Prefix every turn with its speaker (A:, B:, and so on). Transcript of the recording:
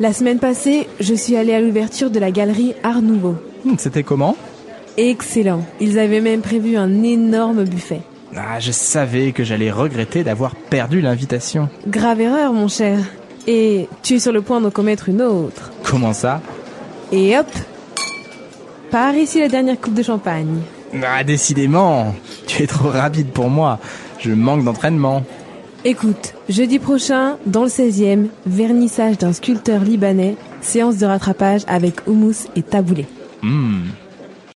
A: La semaine passée, je suis allée à l'ouverture de la galerie Art Nouveau.
B: Hmm, C'était comment
A: Excellent. Ils avaient même prévu un énorme buffet.
B: Ah, je savais que j'allais regretter d'avoir perdu l'invitation.
A: Grave erreur, mon cher. Et tu es sur le point d'en commettre une autre.
B: Comment ça
A: Et hop Par ici la dernière coupe de champagne.
B: Ah, décidément, tu es trop rapide pour moi. Je manque d'entraînement.
A: Écoute, jeudi prochain, dans le 16e, vernissage d'un sculpteur libanais, séance de rattrapage avec houmous et taboulé.
B: Hmm,